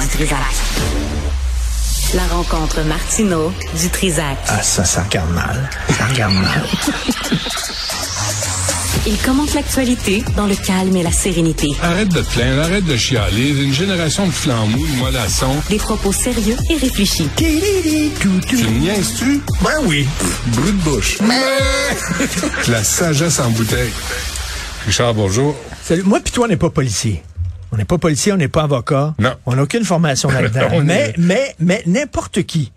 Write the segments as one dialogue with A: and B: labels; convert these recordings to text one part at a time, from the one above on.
A: Dutrisac. La rencontre Martino du Trisac.
B: Ah, ça, ça regarde mal. Ça regarde mal.
A: Il commente l'actualité dans le calme et la sérénité.
C: Arrête de te plaindre, arrête de chialer. Une génération de flamboules, de mollassons.
A: Des propos sérieux et réfléchis.
C: Tu me niaises-tu?
B: Ben oui.
C: Brut de bouche. La sagesse en bouteille. Richard, bonjour.
B: Salut. Moi puis toi, on n'est pas policier. On n'est pas policier, on n'est pas avocat.
C: Non.
B: On n'a aucune formation là-dedans.
C: On
B: mais,
C: est-
B: mais, mais n'importe qui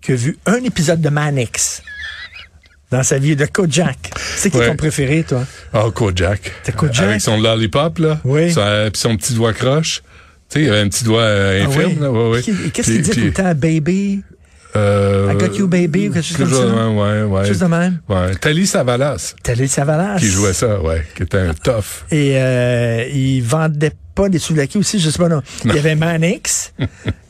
B: qui a vu un épisode de Manix dans sa vie de Kojak. C'est qui
C: Ouais.
B: ton préféré, toi?
C: Oh, Kojak.
B: T'as Kojak?
C: Avec son lollipop, là.
B: Oui.
C: Son, euh, puis son petit doigt croche. Tu sais, il avait un petit doigt euh, infirme,
B: Ah oui?
C: là. Ouais, ouais.
B: Qui- Qu'est-ce qu'il
C: Puis-
B: dit tout le
C: puis,
B: temps? Baby?
C: euh,
B: I got you, baby, ou quelque chose comme
C: quelque
B: ça, là?
C: Ouais, ouais, ouais.
B: Juste de même?
C: Ouais. Thalie Savalas,
B: T'allais Savalas.
C: qui jouait ça, ouais. Qui était un tough.
B: Et euh, il vendait pas des sous aussi, je sais pas. Non. Il y avait Manix,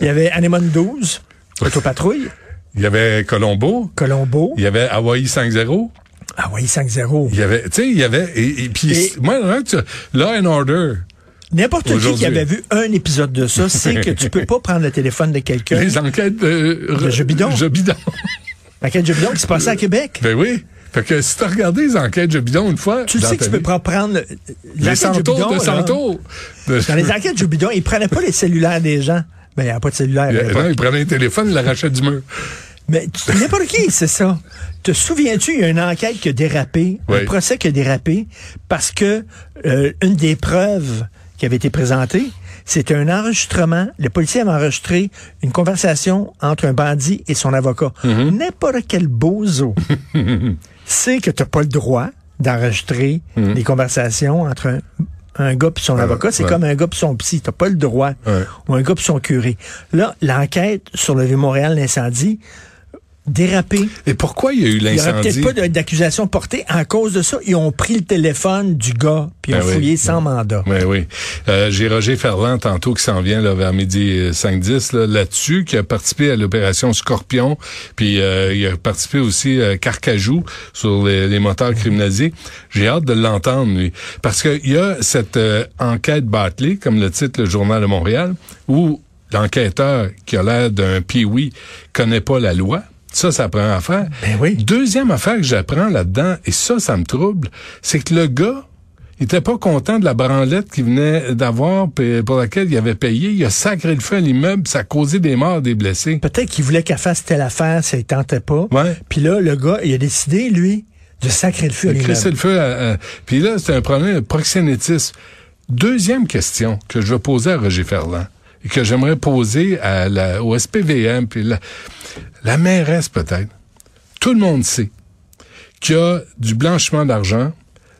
B: il y avait Anemone 12, Autopatrouille,
C: Il y avait Colombo.
B: Colombo, Ah
C: Il y avait Hawaii 5-0.
B: Hawaii 5-0.
C: Il y avait, tu sais, il y avait, et, et puis,
B: Et-
C: moi, là, tu, Law and Order,
B: N'importe qui qui
C: Aujourd'hui.
B: avait vu un épisode de ça sait que tu peux pas prendre le téléphone de quelqu'un.
C: les enquêtes de,
B: Euh, De jeux bidons.
C: Jeux bidons.
B: Enquête de bidon qui se passait à Québec.
C: ben oui. Fait que si t'as regardé les enquêtes jeux bidons une fois,
B: Tu le
C: dans
B: sais que
C: ta
B: tu peux
C: vie,
B: prendre- prendre le-
C: les
B: l'enquête
C: centaures
B: Joe Bidon,
C: de
B: là.
C: centaures.
B: Dans les enquêtes de bidon, ils prenaient pas les cellulaires des gens. Ben, il n'y avait pas de cellulaire. à l'époque.
C: Non, il prenait un téléphone, il l'arrachait du mur.
B: Mais tu- n'importe qui, c'est ça. Te souviens-tu, il y a une enquête qui a dérapé, un
C: Oui.
B: procès qui a dérapé, parce que euh, une des preuves qui avait été présentée, c'était un enregistrement. Le policier avait enregistré une conversation entre un bandit et son avocat.
C: Mm-hmm.
B: N'importe quel bozo sait que t'as pas le droit d'enregistrer des conversations entre un, un gars et son avocat. C'est
C: Mm-hmm. Euh, ouais.
B: comme un gars et son psy. T'as pas le droit.
C: Ouais.
B: Ou un gars et son curé. Là, l'enquête sur le Vieux-Montréal, l'incendie, dérapé.
C: Et pourquoi il y a eu
B: Il n'y aurait
C: l'incendie?
B: peut-être pas de- d'accusation portée en cause de ça. Ils ont pris le téléphone du gars puis ils ont
C: Ben oui.
B: fouillé sans mandat.
C: Oui, oui. Euh, J'ai Roger Ferland tantôt qui s'en vient là, vers midi euh, 5-10 là, là-dessus, qui a participé à l'opération Scorpion, puis euh, il a participé aussi à Carcajou sur les, les moteurs criminalisés. J'ai hâte de l'entendre, lui. Parce qu'il y a cette euh, enquête Bartley, comme le titre le Journal de Montréal, où l'enquêteur qui a l'air d'un pee-wee connaît pas la loi. Ça, ça prend à faire.
B: Ben oui.
C: Deuxième affaire que j'apprends là-dedans, et ça, ça me trouble, c'est que le gars, il était pas content de la branlette qu'il venait d'avoir, puis pour laquelle il avait payé. Il a sacré le feu à l'immeuble, ça a causé des morts, des blessés.
B: Peut-être qu'ils voulaient qu'elle fasse telle affaire, ça ne tentait pas.
C: Ouais.
B: Puis là, le gars, il a décidé, lui, de sacrer le feu à
C: Il a crissé
B: l'immeuble.
C: le feu à- à- Puis là, c'est un problème de proxénétisme. Deuxième question que je vais poser à Roger Ferland et que j'aimerais poser à la, au SPVM, puis la, la mairesse peut-être. Tout le monde sait qu'il y a du blanchiment d'argent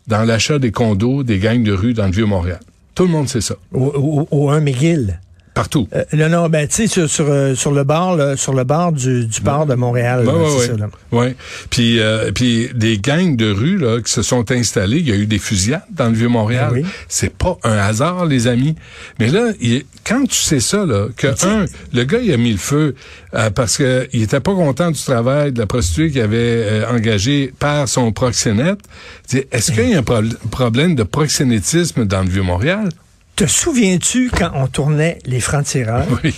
C: dans l'achat des condos, des gangs de rue dans le Vieux-Montréal. Tout le monde sait ça.
B: Au, au- au 1 McGill.
C: Partout.
B: Euh, non, non, ben, tu sais, sur, sur, euh, sur le bar, là, sur le bar du, du port de Montréal. là,
C: Ouais,
B: c'est
C: ouais,
B: ça,
C: ouais.
B: là.
C: Ouais. Puis, euh, puis des gangs de rue là, qui se sont installés, il y a eu des fusillades dans le vieux Montréal.
B: Ben oui.
C: C'est pas un hasard, les amis. Mais là, il- quand tu sais ça, là, que un, le gars il a mis le feu euh, parce que il était pas content du travail de la prostituée qu'il avait euh, engagée par son proxénète. Tu dis, Est-ce qu'il y a un pro- problème de proxénétisme dans le vieux Montréal
B: Te souviens-tu quand on tournait les francs-tireurs?
C: Oui.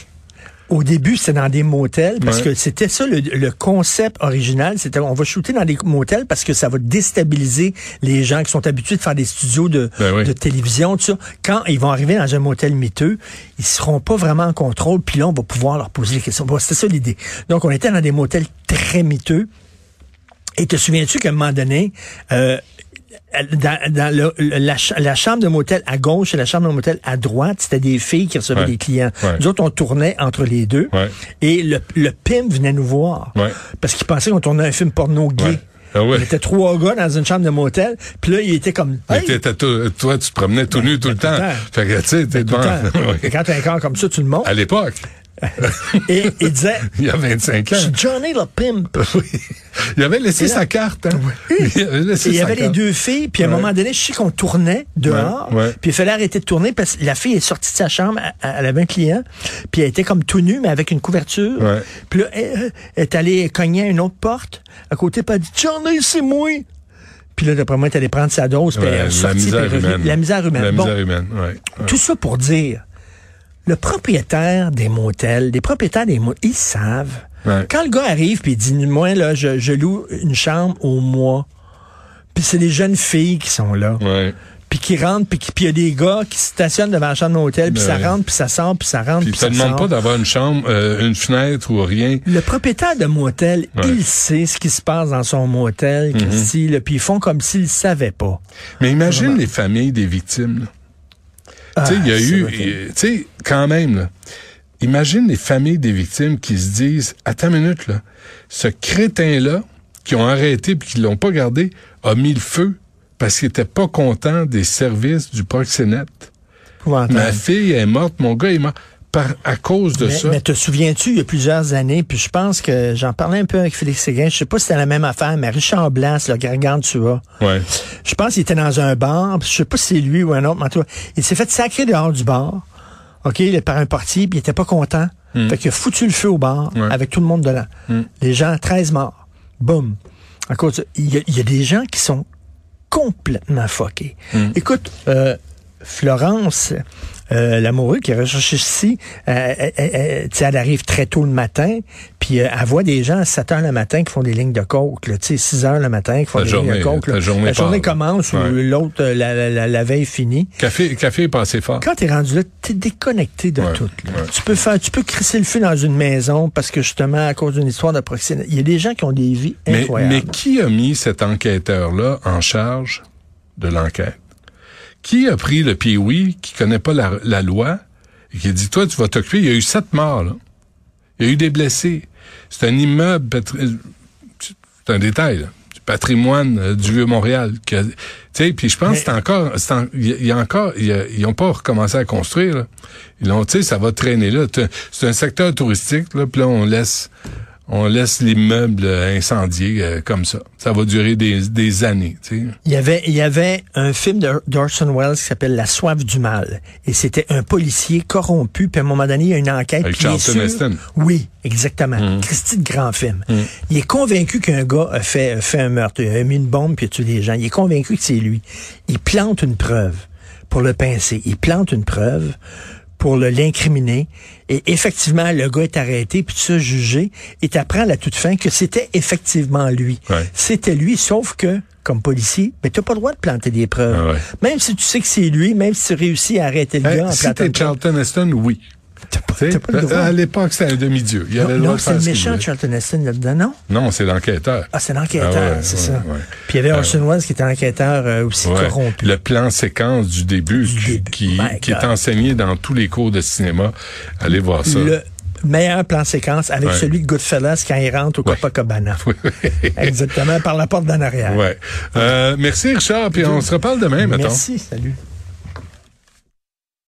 B: Au début, c'était dans des motels parce
C: Ouais.
B: que c'était ça le, le concept original. C'était on va shooter dans des motels parce que ça va déstabiliser les gens qui sont habitués de faire des studios de,
C: Ben oui.
B: de télévision. Tout ça. Quand ils vont arriver dans un motel miteux, ils seront pas vraiment en contrôle. Puis là, on va pouvoir leur poser des questions. Bon, c'était ça l'idée. Donc, on était dans des motels très miteux. Et te souviens-tu qu'à un moment donné, euh, dans, dans le- le- la, ch- la chambre de motel à gauche et la chambre de motel à droite, c'était des filles qui recevaient
C: Ouais.
B: des clients.
C: Ouais.
B: Nous autres, on tournait entre les deux.
C: Ouais.
B: Et le, le pimp venait nous voir.
C: Ouais.
B: Parce qu'il pensait qu'on tournait un film porno gay.
C: Ouais. Ah ouais.
B: Il était trois gars dans une chambre de motel. Puis là, il était comme...
C: Mais
B: Hey! Ben,
C: t'étais tout- toi, tu te promenais tout nu tout le temps.
B: temps. Ben,
C: Fait que, tu sais, t'es
B: Tout
C: devant.
B: le temps.
C: Oui.
B: Quand t'as un corps comme ça, tu le montes.
C: À l'époque,
B: Et il disait,
C: il y a 25
B: je
C: ans.
B: suis Johnny le pimp.
C: Oui. Il avait laissé
B: Et là-
C: sa carte. Hein? Il avait laissé
B: Et il y
C: sa
B: avait les
C: carte.
B: deux filles, puis à un
C: Ouais.
B: moment donné, je sais qu'on tournait dehors,
C: Ouais, ouais.
B: puis il fallait arrêter de tourner parce que la fille est sortie de sa chambre, elle- elle avait un client, puis elle était comme tout nue, mais avec une couverture.
C: Ouais.
B: Puis là, elle, elle est allée cogner à une autre porte, à côté, puis elle a dit, j'en ai, c'est moi. Puis là, d'après moi, elle allait prendre sa dose, puis
C: Ouais,
B: elle est
C: la
B: sortie, puis
C: misère
B: elle est revenue.
C: humaine.
B: La misère humaine.
C: La
B: Bon,
C: misère humaine, ouais.
B: tout ça pour dire le propriétaire des motels, les propriétaires des motels, ils savent.
C: Ouais.
B: Quand le gars arrive puis il dit, moi, là, je, je loue une chambre au mois, puis c'est des jeunes filles qui sont là,
C: Ouais.
B: puis qui rentrent, puis qui- puis il y a des gars qui stationnent devant la chambre de l'hôtel, puis
C: Ouais.
B: ça rentre, puis ça sort, puis ça rentre, puis
C: Puis il te
B: ça
C: demande
B: sort.
C: pas d'avoir une chambre, euh, une fenêtre ou rien.
B: Le propriétaire de motel,
C: Ouais. Mm-hmm.
B: il sait ce qui se passe dans son motel, Christy, là, puis ils font comme s'ils ne savaient pas.
C: Mais imagine les familles des victimes. là. tu sais, il y a
B: Ah, c'est
C: eu,
B: vrai que-
C: il- tu sais, quand même, là, imagine les familles des victimes qui se disent, attends une minute, là, ce crétin-là, qui ont arrêté puis qui l'ont pas gardé, a mis le feu parce qu'il était pas content des services du proxénète.
B: Épouvantable.
C: Ma fille est morte, mon gars est mort, par, à cause de
B: Mais,
C: ça.
B: mais te souviens-tu, il y a plusieurs années, puis je pense que j'en parlais un peu avec Félix Séguin, je sais pas si c'était la même affaire, mais Richard Blas, le gargantua,
C: Ouais.
B: je pense qu'il était dans un bar, puis je sais pas si c'est lui ou un autre, mais en tout cas, il s'est fait sacrer dehors du bar, OK, il est par un portier, puis il était pas content. Fait qu'il a foutu le feu au bar,
C: Ouais.
B: avec tout le monde dedans. Les gens, 13 morts. Boum. À cause de- il y, a- il y a des gens qui sont complètement fuckés. Écoute, euh, Florence... euh, l'amoureux qui est recherché ici, euh, elle, elle- elle- tu sais, elle arrive très tôt le matin, puis euh, elle voit des gens à 7 heures le matin qui font des lignes de coke, là, tu sais, 6 heures le matin qui font
C: La
B: des lignes
C: journée,
B: de coke. là.
C: la journée part.
B: commence ou
C: Ouais.
B: l'autre, euh, la, la- la- la veille finie.
C: Café, café est passé fort.
B: Quand t'es rendu là, t'es déconnecté de
C: Ouais,
B: tout. là.
C: ouais.
B: Tu peux faire, tu peux crisser le feu dans une maison parce que justement, à cause d'une histoire de proxénète, il y a des gens qui ont des vies
C: Mais,
B: incroyables.
C: mais qui a mis cet enquêteur-là en charge de l'enquête? Qui a pris le pioui qui connaît pas la, la loi et qui a dit, toi, tu vas t'occuper? Il y a eu sept morts, là. Il y a eu des blessés. C'est un immeuble, patri- c'est un détail, là, du patrimoine euh, du Vieux-Montréal. que- Tu sais, puis je pense que c'est encore, c'est en- il y a- il y a encore, il y a- ils ont pas recommencé à construire, là. Ils l'ont, tu sais, ça va traîner, là. C'est un- C'est un secteur touristique, là, puis là, on laisse, on laisse l'immeuble euh, incendié euh, comme ça. Ça va durer des, des années, tu sais.
B: Il y avait, il y avait un film de d'Orson Welles qui s'appelle La soif du mal. Et c'était un policier corrompu, puis à un moment donné, il y a une enquête.
C: Avec
B: puis il est
C: Charlton
B: sûr-
C: Heston.
B: Oui,
C: Mm.
B: exactement. Christy de grand film. Il est convaincu qu'un gars a fait, a fait un meurtre, il a mis une bombe, puis il a tué des gens. Il est convaincu que c'est lui. Il plante une preuve pour le pincer. Il plante une preuve pour le- l'incriminer. Et effectivement, le gars est arrêté, puis tu jugé, et t'apprends à la toute fin que c'était effectivement lui.
C: Ouais.
B: C'était lui, sauf que, comme policier, mais t'as pas le droit de planter des preuves.
C: Ah ouais.
B: Même si tu sais que c'est lui, même si tu réussis à arrêter le gars
C: Hein,
B: en
C: si
B: plantant
C: t'es
B: une preuve,
C: Charlton Heston, oui.
B: t'as pas,
C: Tu sais,
B: t'as pas le droit.
C: À l'époque, c'était un demi-dieu. Il avait
B: Ah, non,
C: le droit
B: non,
C: de
B: c'est
C: faire
B: le
C: ce qu'il
B: méchant
C: voulait.
B: Charlton Heston là-dedans, non?
C: Non, c'est l'enquêteur.
B: Ah, c'est l'enquêteur,
C: Ah ouais,
B: c'est
C: ouais,
B: ça.
C: ouais.
B: Puis il y avait Orson Welles qui était un enquêteur euh, aussi
C: Ouais.
B: corrompu.
C: Le plan séquence du début, qui-
B: début.
C: qui,
B: My
C: qui est
B: God.
C: enseigné dans tous les cours de cinéma. Allez voir ça.
B: Le meilleur plan séquence avec
C: Ouais.
B: celui de Goodfellas quand il rentre au
C: Ouais.
B: Copacabana. Exactement, par la porte d'en arrière.
C: Ouais. Euh, merci Richard, puis on se reparle demain, maintenant.
B: Merci, salut.